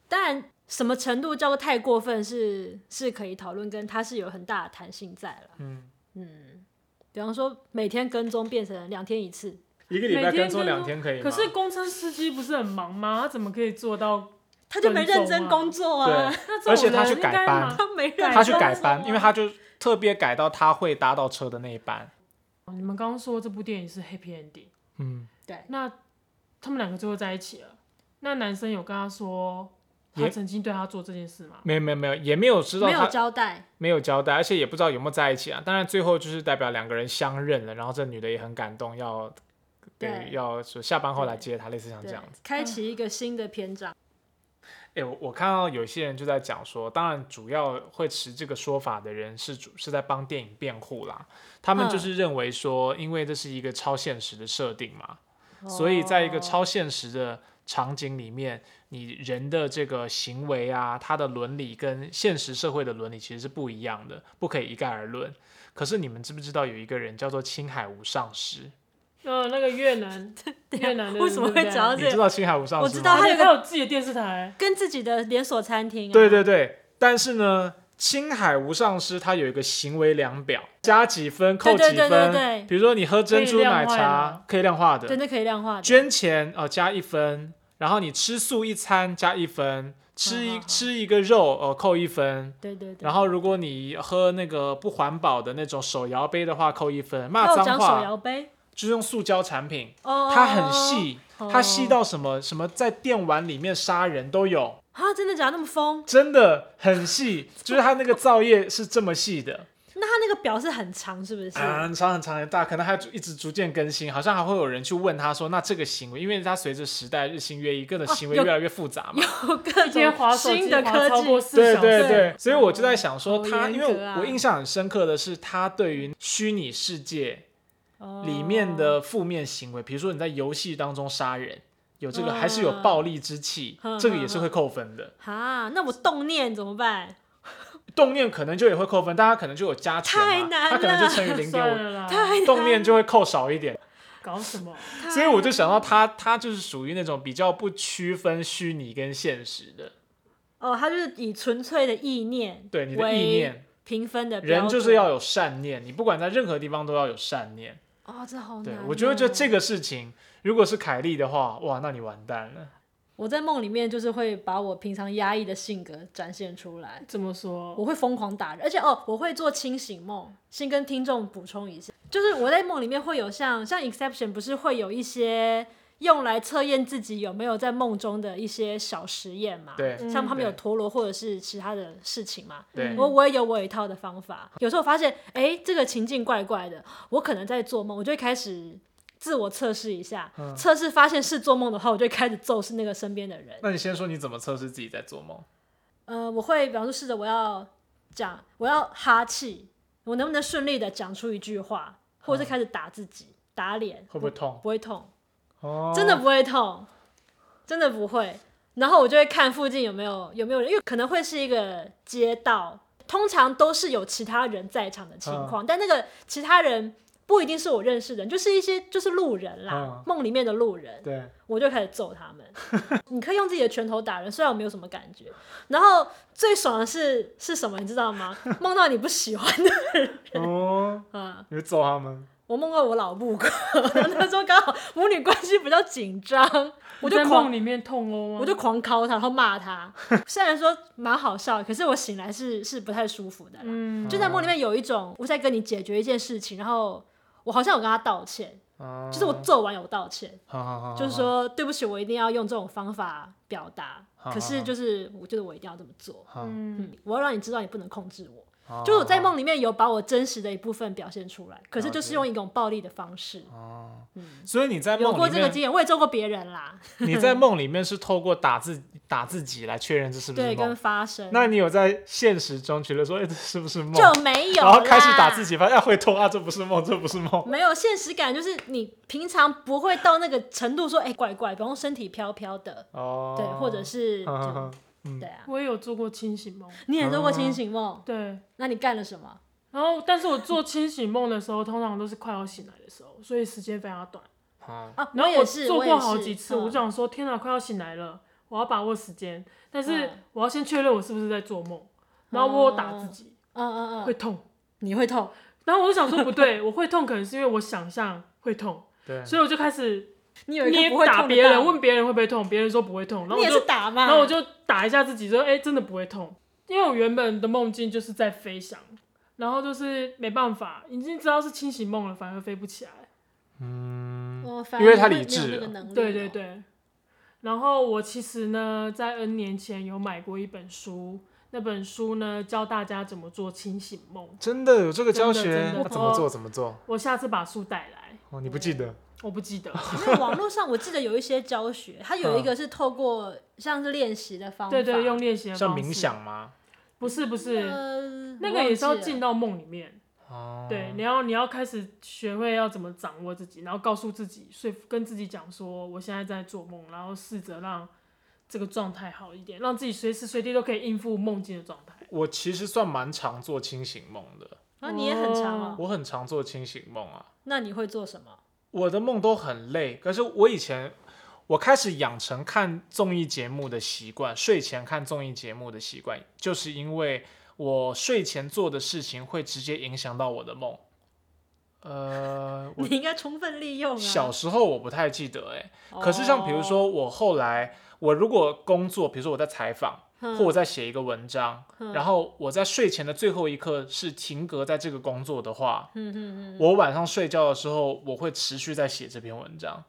S3: 当然，什么程度叫做太过分是是可以讨论，跟它是有很大的弹性在了。
S2: 嗯，
S3: 嗯，比方说每天跟踪变成两天一次，
S2: 一个礼拜
S4: 每天
S2: 跟踪
S4: 跟
S2: 两
S4: 踪
S2: 天可以吗？
S4: 可是公车司机不是很忙吗？他怎么可以做到？
S3: 他就没认真
S4: 跟踪啊
S3: 工作啊，
S2: 对，
S4: 那这种
S2: 而且他
S4: 人
S2: 去
S4: 应
S2: 改
S4: 该
S2: 班
S4: 忙
S3: 他没认啊真。
S2: 他去
S4: 改啊
S2: 改
S4: 班
S2: 班，因为他就特别改到他会搭到车的那一班。
S4: 你们刚刚说这部电影是 happy ending，
S2: 嗯，
S3: 对，
S4: 那他们两个最后在一起了。那男生有跟他说他
S2: 也
S4: 曾经对他做这件事吗？
S2: 没有没有没有，也没有知道
S3: 没有
S2: 他
S3: 交代。
S2: 没有交代，而且也不知道有没有在一起啊。当然最后就是代表两个人相认了，然后这女的也很感动，要
S3: 对
S2: 要说下班后来接他，类似像这
S3: 对
S2: 样子。，
S3: 开启一个新的篇章。
S2: 哎、我我看到有些人就在讲说，当然主要会持这个说法的人是主是在帮电影辩护啦，他们就
S3: 嗯
S2: 是认为说，因为这是一个超现实的设定嘛，
S3: 哦
S2: 所以在一个超现实的场景里面，你人的这个行为啊，他的伦理跟现实社会的伦理其实是不一样的，不可以一概而论。可是你们知不知道有一个人叫做青海无上师？
S4: 呃，那个越南，越南的
S3: 为什么会
S4: 对不对啊
S3: 讲到
S2: 你
S3: 这
S2: 知
S3: 个？
S2: 道青海无上师吗？
S3: 哦我知道
S4: 而 且
S3: 他
S4: 他
S3: 有
S4: 有自己的电视台，
S3: 跟自己的连锁餐厅、啊，
S2: 对对对，但是呢，青海无上师他有一个行为量表，加几分扣
S3: 对
S2: 几
S3: 对
S2: 分。
S3: 对对对
S2: 比如说你喝珍珠奶
S4: 可以量化
S2: 茶
S4: 的
S2: 可以量化的，
S3: 对，那可以量化的。
S2: 捐钱呃加一分，然后你吃素一餐加一分，吃一
S3: 好好好
S2: 吃一个肉呃扣一分。
S3: 对对对。
S2: 然后，如果你喝那个不环保的那种手摇杯的话，扣一分；
S3: 他
S2: 骂
S3: 哦有讲
S2: 脏
S3: 手
S2: 话
S3: 摇杯，
S2: 就是用塑胶产品，
S3: 哦，
S2: 它很细，
S3: 哦
S2: 它细到什么什么在电玩里面杀人都有。
S3: 啊！真的假的那么疯？
S2: 真的很细， 就是它那个造叶是这么细的，
S3: 那他那个表是很长，是不是？
S2: 啊很长很长很大，可能还一直逐渐更新，好像还会有人去问他说，那这个行为，因为他随着时代日新月异，个人行为
S3: 哦有
S2: 越来越复杂嘛。
S3: 有各
S4: 今天滑
S3: 种
S4: 手
S3: 新
S4: 机
S3: 的
S4: 滑
S3: 科
S4: 超过
S3: 技，
S4: 四
S2: 对
S4: 小时，
S2: 对对，所以我就在想说
S3: 哦好
S2: 他，
S3: 严
S2: 因为
S3: 格啊
S2: 我印象很深刻的是他对于虚拟世界
S3: 哦
S2: 里面的负面行为，比如说你在游戏当中杀人，有这个
S3: 嗯
S2: 还是有暴力之气
S3: 嗯，
S2: 这个也是会扣分的。
S3: 啊，那我动念怎么办？
S2: 动念可能就也会扣分，但他可能就有加权
S3: 太
S2: 嘛，
S3: 难
S2: 他可能就
S3: 了
S2: 乘以零点
S4: 算
S2: 五，
S4: 了啦，
S3: 太
S2: 动念就会扣少一 点。
S4: 搞什么？
S2: 所以我就想到他，他就是属于那种比较不区分虚拟跟现实的，
S3: 哦，他就是以纯粹的意念
S2: 对你的意念，
S3: 评分的标
S2: 人就
S3: 准
S2: 是要有善念，你不管在任何地方都要有善念。
S3: 哦，这好难
S2: 对
S3: 哦。
S2: 我觉得就这个事情，如果是凯莉的话，哇，那你完蛋了。
S3: 我在梦里面就是会把我平常压抑的性格展现出来，
S4: 怎么说？
S3: 我会疯狂打人，而且哦，我会做清醒梦。先跟听众补充一下，就是我在梦里面会有像像 Exception 不是会有一些用来测验自己有没有在梦中的一些小实验嘛？
S2: 对嗯
S3: 像他们有
S2: 对
S3: 陀螺或者是其他的事情嘛？
S2: 对，
S3: 我我也有我有一套的方法。有时候我发现，哎、这个情境怪怪的，我可能在做梦，我就会开始自我测试一下，测试发现是做梦的话，我就会开始揍是那个身边的人。
S2: 那你先说你怎么测试自己在做梦？
S3: 呃，我会比方说试着我要讲，我要哈气，我能不能顺利的讲出一句话，或者是开始打自己、打脸，
S2: 嗯会不会痛？
S3: 不会痛，
S2: 哦，
S3: 真的不会痛，真的不会。然后我就会看附近有没有有没有人，因为可能会是一个街道，通常都是有其他人在场的情
S2: 嗯
S3: 况，但那个其他人不一定是我认识的人，就是一些就是路人啦
S2: 嗯，
S3: 梦、里面的路人，
S2: 对，
S3: 我就开始揍他们。 你可以用自己的拳头打人，虽然我没有什么感觉。然后最爽的是是什么，你知道吗？梦到你不喜欢 的
S2: 哦，
S3: 啊。
S2: 你会揍他们？
S3: 我梦到我老布过，那时候刚好母女关系比较紧张，我就
S4: 在
S3: 狂
S4: 梦里面痛殴吗？
S3: 我就狂敲他，然后骂他。 虽然说蛮好笑，可是我醒来是是不太舒服的啦。
S4: 嗯，
S3: 就在梦里面有一种我在跟你解决一件事情，然后我好像有跟他道歉，
S2: 哦
S3: 就是
S4: 嗯
S3: 我，揍完有道歉，
S2: 好好好，
S3: 就是
S2: 好，
S3: 说对不起，我一定要用这种方法表达。
S2: 好
S3: 可是
S2: 好
S3: 就是我觉得我一定要这么做，
S2: 好
S4: 嗯，
S3: 嗯，我要让你知道你不能控制我。
S2: 好
S3: 嗯就是我在
S2: 好
S3: 梦里面有把我真实的一部分表现出来，可是
S2: 了
S3: 就是
S2: 解
S3: 用一种暴力的方式。
S2: 哦，
S3: 嗯
S2: 所以你在
S3: 有
S2: 梦
S3: 过
S2: 里
S3: 这个
S2: 面
S3: 经验，我也揍过别人啦，
S2: 你在梦里面是透过打字打自己来确认这是不
S3: 对，
S2: 是
S3: 跟
S2: 梦？
S3: 发生。
S2: 那你有在现实中觉得说，哎、这是不是梦？
S3: 就没有，
S2: 然后开始打自。己，发现哎会痛啊，这不是梦，这不是 梦。
S3: 没有现实感，就是你平常不会到那个程度说，哎、怪怪，比方说身体飘飘的，
S2: 哦，
S3: 对，或者是
S2: 嗯
S3: 这
S2: 嗯
S3: 种
S2: 嗯嗯
S3: 对啊。
S4: 我也有做过清醒梦，
S3: 你也做过清醒梦，
S4: 对，
S3: 那你干了什么？
S4: 然后，但是我做清醒梦的时候，通常都是快要醒来的时候，所以时间非常短。
S2: 啊，
S3: 啊，
S4: 然后
S3: 也是，
S4: 做
S3: 我
S4: 过
S3: 也
S4: 好
S3: 是
S4: 几次，
S3: 嗯
S4: 我就想说，天哪，快要醒来了，我要把握时间，但
S3: 嗯
S4: 是
S3: 哦
S4: 我要先确认我是不是在做梦，然后我有打自己
S3: 嗯嗯
S4: 会
S3: 嗯，
S4: 痛，
S3: 你会痛，
S4: 然后我就想说不对，我会痛可能是因为我想象会痛，
S2: 对，
S4: 所以我就开始
S3: 你有一
S4: 捏
S3: 个不会痛
S4: 打
S3: 的
S4: 别
S3: 大
S4: 人，
S3: 脑
S4: 问别人会不会痛，别人说不会痛，然后
S3: 你
S4: 我
S3: 也是
S4: 就
S3: 打嘛，
S4: 然后我就打一下自己说，哎，真的不会痛，因为我原本的梦境就是在飞翔，然后就是没办法，已经知道是清醒梦了，反而飞不起来。
S2: 嗯，
S3: 我反
S2: 因为
S3: 而
S2: 他
S3: 会
S2: 理
S3: 没有
S2: 智
S3: 那个
S2: 了
S3: 能力
S4: 对对
S3: 了，
S4: 对。然后我其实呢，在 N 年前有买过一本书，那本书呢教大家怎么做清醒梦。
S2: 真的有这个教
S4: 真的
S2: 学啊
S4: 真的，
S2: 那怎么做？怎么做？
S4: 我下次把书带来，
S2: 哦，你不记得？
S4: 我不记得。
S3: 因为网络上我记得有一些教学，它有
S2: 嗯
S3: 一个是透过像是练习的方法，
S4: 对对，用练习的
S2: 像
S4: 方式。
S2: 冥想吗？
S4: 不是不是，
S3: 呃
S4: 那个也是要，
S3: 我忘记了
S4: 进到梦里面。
S2: 哦，
S3: 嗯
S4: 对，你要你要开始学会要怎么掌握自己，然后告诉自己，说服跟自己讲说，我现在在做梦，然后试着让这个状态好一点，让自己随时随地都可以应付梦境的状态。
S2: 我其实算蛮常做清醒梦的，
S3: 啊，你也很长
S4: 哦
S3: 哦，
S2: 我很常做清醒梦啊。
S3: 那你会做什么？
S2: 我的梦都很累，可是我以前我开始养成看综艺节目的习惯，睡前看综艺节目的习惯，就是因为我睡前做的事情会直接影响到我的梦。呃，
S3: 你
S2: 我
S3: 应该充分利用啊。
S2: 呃小时候我不太记得哎、可是像比如说我后来我如果工作，比如说我在采访。
S3: 嗯，
S2: 或我在写一个文章，然后我在睡前的最后一刻是停格在这个工作的话，
S3: 嗯嗯嗯，
S2: 我晚上睡觉的时候，我会持续在写这篇文章，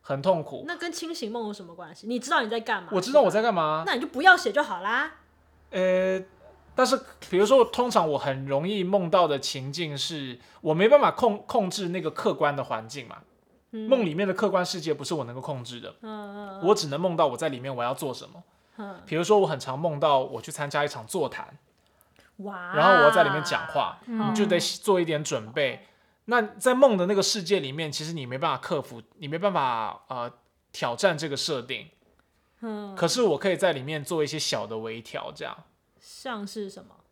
S2: 很痛苦。
S3: 那跟清醒梦有什么关系？你知道你在干嘛？
S2: 我知道我在干
S3: 干
S2: 嘛，
S3: 那你就不要写就好啦。
S2: 呃，但是比如说，通常我很容易梦到的情境是，我没办法控控制那个客观的环境嘛，
S3: 嗯
S2: 梦里面的客观世界不是我能够控制的，
S3: 嗯嗯
S2: 我只能梦到我在里面我要做什么。
S3: 嗯，
S2: 比如说，我很常梦到我去参加一场座谈，
S3: 哇！
S2: 然后我在里面讲话，
S4: 嗯
S2: 你就得做一点准备。那在梦的那个世界里面，其实你没办法克服，你没办法呃挑战这个设定。
S3: 嗯，
S2: 可是我可以在里面做一些小的微调，这样。
S3: 像是什么？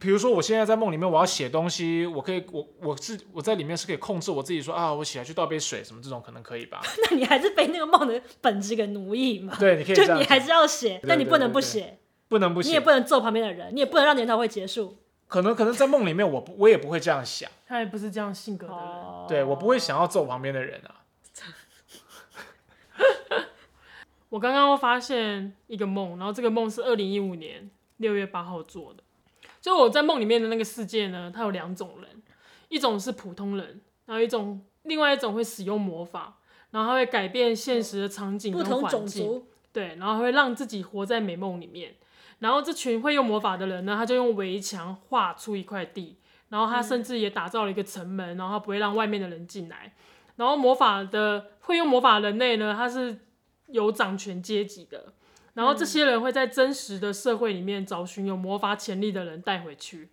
S2: 比如说，我现在在梦里面，我要写东西，我可以，我我是我在里面是可以控制我自己说啊，我起来去倒杯水什么这种，可能可以 吧？
S3: 那你还是被那个梦的本质给奴役嘛？
S2: 对，你可以这
S3: 就
S2: 样
S3: 你还
S2: 子，
S3: 是要写，
S2: 对
S3: 但你
S2: 对
S3: 不
S2: 对
S3: 能不
S2: 对
S3: 写，
S2: 不能不
S3: 你也
S2: 行。
S3: 不能揍旁边的人，你也不能让研讨会结束。
S2: 可能可能在梦里面，我不我也不会这样想，
S4: 他也不是这样性格的人。
S3: 哦，
S2: 对我不会想要揍旁边的人啊。
S4: 我刚刚发现一个梦，然后这个梦是二零一五年六月八号做的。就我在梦里面的那个世界呢，它有两种人，一种是普通人，然后一种另外一种会使用魔法，然后它会改变现实的场景
S3: 不
S4: 跟
S3: 同
S4: 环
S3: 种
S4: 境，
S3: 族，
S4: 对，然后会让自己活在美梦里面。然后这群会用魔法的人呢，他就用围墙画出一块地，然后他甚至也打造了一个城门，然后他不会让外面的人进来。然后魔法的会用魔法的人类呢，他是有掌权阶级的。然后这些人会在真实的社会里面找寻有魔法潜力的人带回去。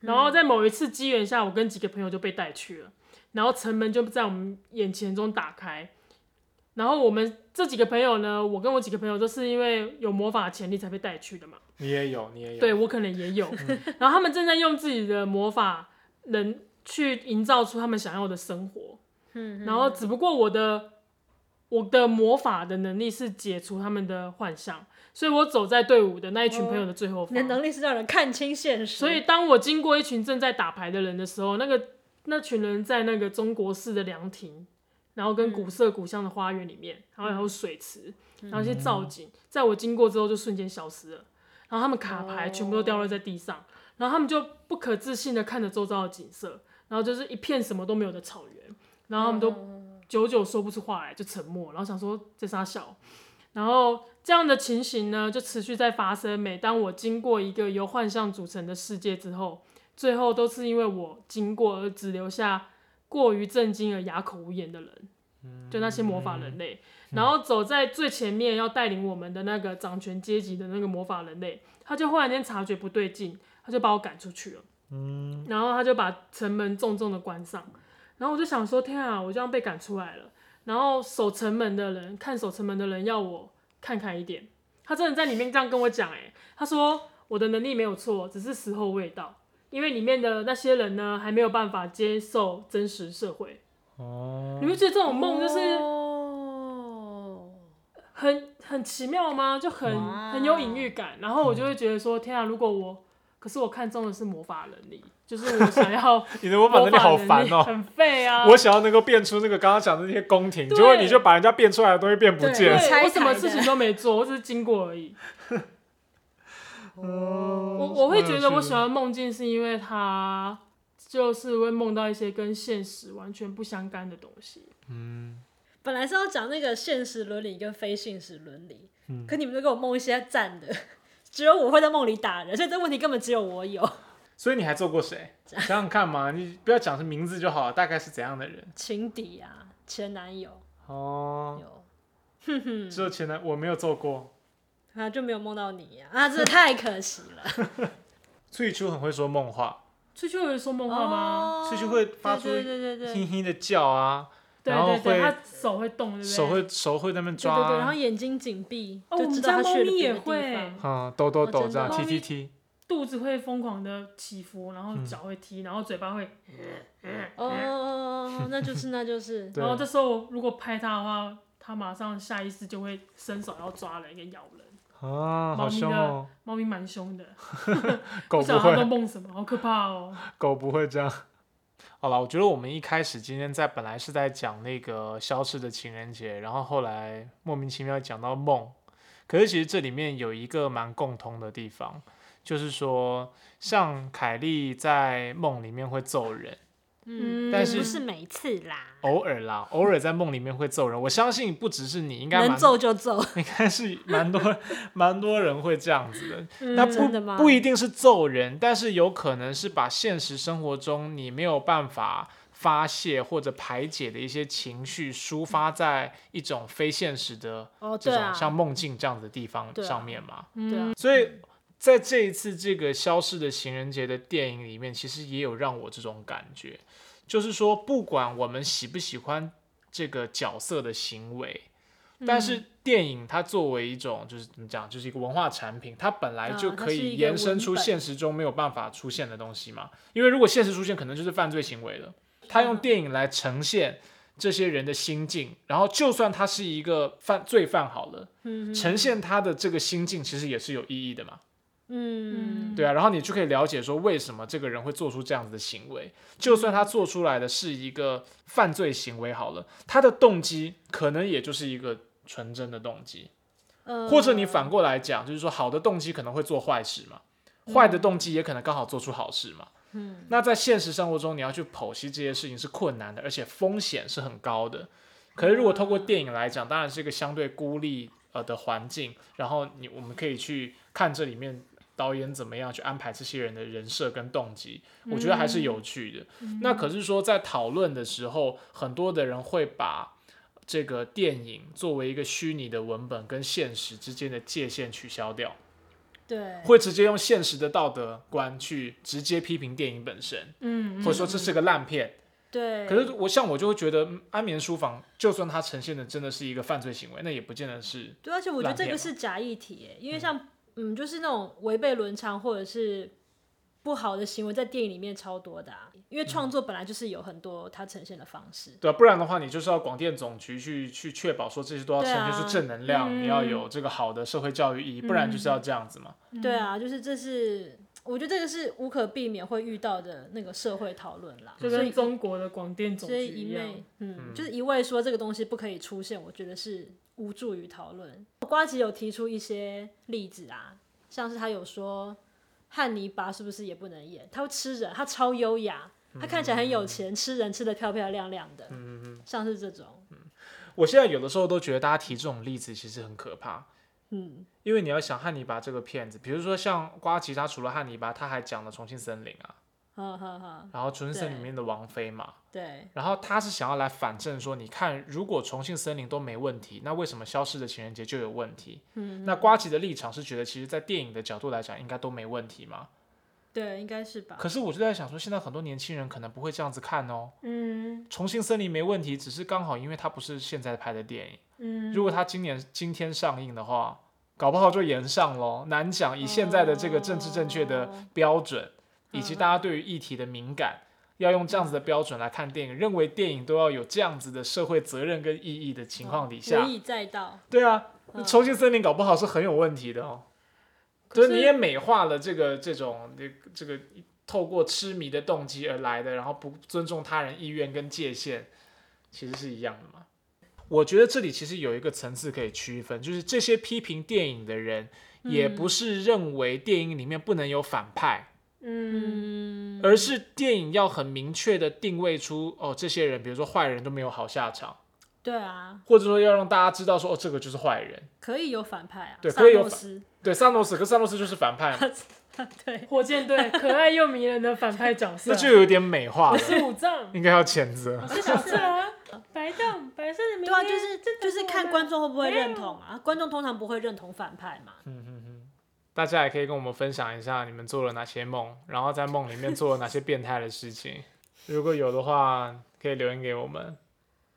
S4: 然后在某一次机缘下，我跟几个朋友就被带去了，然后城门就在我们眼前中打开。然后我们这几个朋友呢，我跟我几个朋友都是因为有魔法潜力才被带去的嘛。
S2: 你也有，你也有。
S4: 对我可能也有。 然后他们正在用自己的魔法能去营造出他们想要的生活，
S3: 嗯，
S4: 然后只不过我的我的魔法的能力是解除他们的幻象，所以我走在队伍的那一群朋友的最后
S3: 你的
S4: 方。
S3: 哦能力是让人看清现实，
S4: 所以当我经过一群正在打牌的人的时候，那个那群人在那个中国式的凉亭，然后跟古色古香的花园里面，然后还有水池，然后一些造景，在我经过之后就瞬间消失了。然后他们卡牌全部都掉落在地上，然后他们就不可置信的看着周遭的景色，然后就是一片什么都没有的草原，
S3: 嗯
S4: 然后他们都久久说不出话来，就沉默，然后想说这傻小。然后这样的情形呢，就持续在发生。每当我经过一个由幻象组成的世界之后，最后都是因为我经过而只留下过于震惊而哑口无言的人，就那些魔法人类。然后走在最前面要带领我们的那个掌权阶级的那个魔法人类，他就忽然间察觉不对劲，他就把我赶出去了。嗯，然后他就把城门重重的关上。然后我就想说，天啊，我这样被赶出来了。然后守城门的人看守城门的人要我看开一点，欸他真的在里面这样跟我讲，哎，他说我的能力没有错，只是时候未到。因为里面的那些人呢，还没有办法接受真实社会。
S2: 哦
S4: 你，会觉得这种梦就是
S3: 哦，
S4: 很很奇妙吗？就很
S3: 哇
S4: 很有隐喻感。然后我就会觉得说，天啊，如果我，可是我看中的是魔法能力，就是我想要
S2: 你的魔法能力好
S4: 魔
S2: 烦哦、
S4: 很废啊。
S2: 我想要能够变出那个刚刚讲的那些宫廷，
S4: 对
S2: 结果你就把人家变出来的东西变不
S4: 对
S2: 见
S3: 对。拆
S4: 我什
S3: 台
S4: 么
S3: 的
S4: 事情都没做，我只是经过而已。我
S2: 我
S4: 我会觉得我喜欢梦境，是因为它就是会梦到一些跟现实完全不相干的东西。
S2: 嗯，
S3: 本来是要讲那个现实伦理跟非现实伦理，
S2: 嗯
S3: 可你们都给我梦一些赞的， 只有我会在梦里打人，所以这问题根本只有我有。
S2: 所以你还做过谁？想想看嘛，你不要讲是名字就好，大概是怎样的人？
S3: 情敌啊，前男友
S2: 哦，
S3: 有，
S2: 只有前男我没有做过。
S3: 啊就没有梦到你呀、啊，啊，真的太可惜了。
S2: 翠秋很会说梦话，
S4: 翠秋有人说梦话
S3: 哦
S4: 吗？
S2: 翠秋会发出
S3: 对对对对
S2: 嘿嘿的叫啊，
S4: 对
S2: 然后
S4: 对对，
S2: 会
S4: 他手会动，对不对？
S2: 手会手会在那边
S3: 对
S2: 抓
S3: 对对，然后
S2: 啊，
S3: 眼睛紧闭，
S4: 哦
S3: 就知道他去了别的
S4: 我们家猫咪
S3: 地
S4: 也
S3: 方
S4: 会。
S2: 嗯，抖抖
S3: 哦
S2: 抖
S3: 真
S2: 这
S3: 的
S2: 样，
S4: 猫
S2: 踢
S4: 咪
S2: 踢踢。
S4: 肚子会疯狂的起伏，然
S2: 嗯
S4: 后脚会踢，然后嘴巴会，
S3: 哦哦哦，哦那就是那就是，
S2: 对
S4: 然后这时候如果拍它的话，它马上下意识就会伸手要抓人跟咬人。
S2: 啊，
S4: 猫
S2: 好
S4: 咪
S2: 凶
S4: 的
S2: 哦！
S4: 猫咪蛮凶的，
S2: 狗
S4: 不
S2: 不
S4: 晓得它都
S2: 会，
S4: 梦什么，好可怕哦。
S2: 狗不会这样。 好了，我觉得我们一开始今天在本来是在讲那个消失的情人节，然后后来莫名其妙讲到梦，可是其实这里面有一个蛮共通的地方，就是说像凯莉在梦里面会揍人，
S3: 嗯，
S2: 但是
S3: 不是每次啦，
S2: 偶尔啦，偶尔在梦里面会揍人。我相信不只是你，应该
S3: 能
S2: 蛮
S3: 揍就揍。
S2: 应该是蛮多蛮多人会这样子的。
S4: 嗯
S2: 那
S3: 真的吗
S2: 不不一定是揍人，但是有可能是把现实生活中你没有办法发泄或者排解的一些情绪，抒发在一种非现实的
S3: 哦，
S2: 这
S3: 对
S2: 种、
S3: 啊，
S2: 像梦境这样的地方
S3: 对啊
S2: 上面嘛。
S3: 对啊，
S2: 所以在这一次这个消失的情人节的电影里面，其实也有让我这种感觉，就是说不管我们喜不喜欢这个角色的行为，
S3: 嗯
S2: 但是电影它作为一种就是怎么讲，就是一个文化产品，它本来
S3: 啊
S2: 就
S3: 它
S2: 可
S3: 是一
S2: 以
S3: 个
S2: 延伸
S3: 文
S2: 出
S3: 本
S2: 现实中没有办法出现的东西嘛。因为如果现实出现，可能就是犯罪行为了。他用电影来呈现这些人的心境，然后就算他是一个犯罪犯好了，
S3: 嗯
S2: 呈现他的这个心境，其实也是有意义的嘛。
S3: 嗯，
S2: 对啊，然后你就可以了解说为什么这个人会做出这样子的行为。就算他做出来的是一个犯罪行为好了，他的动机可能也就是一个纯真的动机。
S3: 呃
S2: 或者你反过来讲，就是说好的动机可能会做坏事嘛，坏的动机也可能刚好做出好事嘛。嗯，那在现实生活中，你要去剖析这些事情是困难的，而且风险是很高的。可是如果透过电影来讲，当然是一个相对孤立呃的环境，然后你我们可以去看这里面导演怎么样去安排这些人的人设跟动机，我觉得还是有趣的。那可是说在讨论的时候，很多的人会把这个电影作为一个虚拟的文本跟现实之间的界限取消掉，
S3: 对，
S2: 会直接用现实的道德观去直接批评电影本身，
S4: 嗯，嗯
S2: 或者说这是个烂片。
S3: 对，
S2: 可是我像我就会觉得，嗯安眠书房就算它呈现的真的是一个犯罪行为，那也不见得是
S3: 对，而且我觉得
S2: 烂
S3: 这
S2: 片
S3: 个
S2: 嘛
S3: 是假议题耶，因为像嗯，就是那种违背伦常或者是不好的行为，在电影里面超多的、啊，因为
S2: 嗯
S3: 创作本来就是有很多它呈现的方式。
S2: 对、啊，不然的话，你就是要广电总局去去确保说这些都要呈
S3: 对啊
S2: 现出正能量，
S4: 嗯
S2: 你要有这个好的社会教育意义，不然就是要这样子嘛。
S3: 对啊，就是这是我觉得这个是无可避免会遇到的那个社会讨论啦。
S4: 就
S3: 所
S4: 跟
S3: 以
S4: 中国的广电总
S3: 所
S4: 局
S3: 以一
S4: 一样
S3: 味。嗯，就是一味说这个东西不可以出现，我觉得是无助于讨论。瓜吉有提出一些例子啊，像是他有说汉尼拔是不是也不能演？他会吃人，他超优雅，他看起来很有钱，吃人吃的漂漂亮亮的，
S2: 嗯
S3: 像是这种，
S2: 我现在有的时候都觉得大家提这种例子其实很可怕，
S3: 嗯，
S2: 因为你要想汉尼拔这个片子，比如说像瓜吉，他除了汉尼拔，他还讲了《重庆森林》啊，
S3: 哈哈哈，
S2: 然后《重庆森林》
S3: 对
S2: 里面的王菲嘛，
S3: 对，
S2: 然后他是想要来反证说，你看，如果《重庆森林》都没问题，那为什么《消失的情人节》就有问题？
S3: 嗯，
S2: 那瓜吉的立场是觉得，其实，在电影的角度来讲，应该都没问题嘛。
S3: 对，应该是吧？
S2: 可是我就在想说，现在很多年轻人可能不会这样子看哦，
S4: 嗯
S2: 《重庆森林》没问题，只是刚好因为它不是现在拍的电影。
S4: 嗯，
S2: 如果它今年今天上映的话，搞不好就延上喽，难讲。以现在的这个政治正确的标准，以及大家对于议题的敏感，要用这样子的标准来看电影，认为电影都要有这样子的社会责任跟意义的情况底下
S3: 无，以再到，
S2: 对啊，
S3: 嗯
S2: 重庆森林搞不好是很有问题的哦。就
S4: 可
S2: 是是你也美化了这个这种这这个透过痴迷的动机而来的，然后不尊重他人意愿跟界限，其实是一样的嘛。我觉得这里其实有一个层次可以区分，就是这些批评电影的人，也不是认为电影里面不能有反派，
S4: 嗯，
S3: 嗯，
S2: 而是电影要很明确的定位出哦，这些人，比如说坏人都没有好下场，
S3: 对啊，
S2: 或者说要让大家知道说哦，这个就是坏人。
S3: 可以有反派啊，
S2: 对
S3: 萨
S2: 可以有
S3: 诺
S2: 反
S3: 斯，
S2: 对，萨诺斯，可萨诺斯就是反派嘛，
S3: 对，
S4: 火箭队可爱又迷人的反派角色，
S2: 那就有点美化了，
S4: 是五藏，
S2: 应该要谴责。
S4: 是小色啊，白洞，白色的明
S3: 对啊，
S4: 天，
S3: 就是
S4: 真的
S3: 就是
S4: 我
S3: 看
S4: 们
S3: 观众会不会认同啊，观众通常不会认同反派嘛，
S2: 大家也可以跟我们分享一下你们做了哪些梦，然后在梦里面做了哪些变态的事情。如果有的话，可以留言给我们，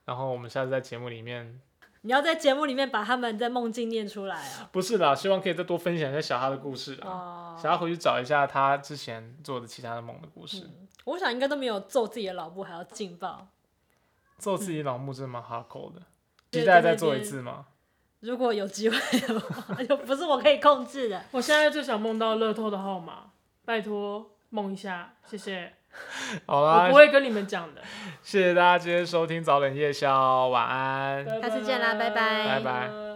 S2: 然后我们下次在节目里面，
S3: 你要在节目里面把他们在梦境念出来啊，
S2: 不是啦，希望可以再多分享一下小哈的故事啦。
S3: 哦，
S2: 小哈回去找一下他之前做的其他的梦的故事。
S3: 嗯我想应该都没有揍自己的老婆还要劲爆。
S2: 做自己老木真的蛮哈口的，
S3: 对
S2: 期待再做一次吗？
S3: 如果有机会的话， 就不是我可以控制的。
S4: 我现在就想梦到乐透的号码，拜托梦一下，谢谢。
S2: 好
S4: 我
S2: 啦
S4: 不，会跟你们讲的。
S2: 谢谢大家今天收听早点夜宵，晚安。
S4: 拜拜
S3: 下次见啦拜
S2: 拜
S3: 拜
S2: 拜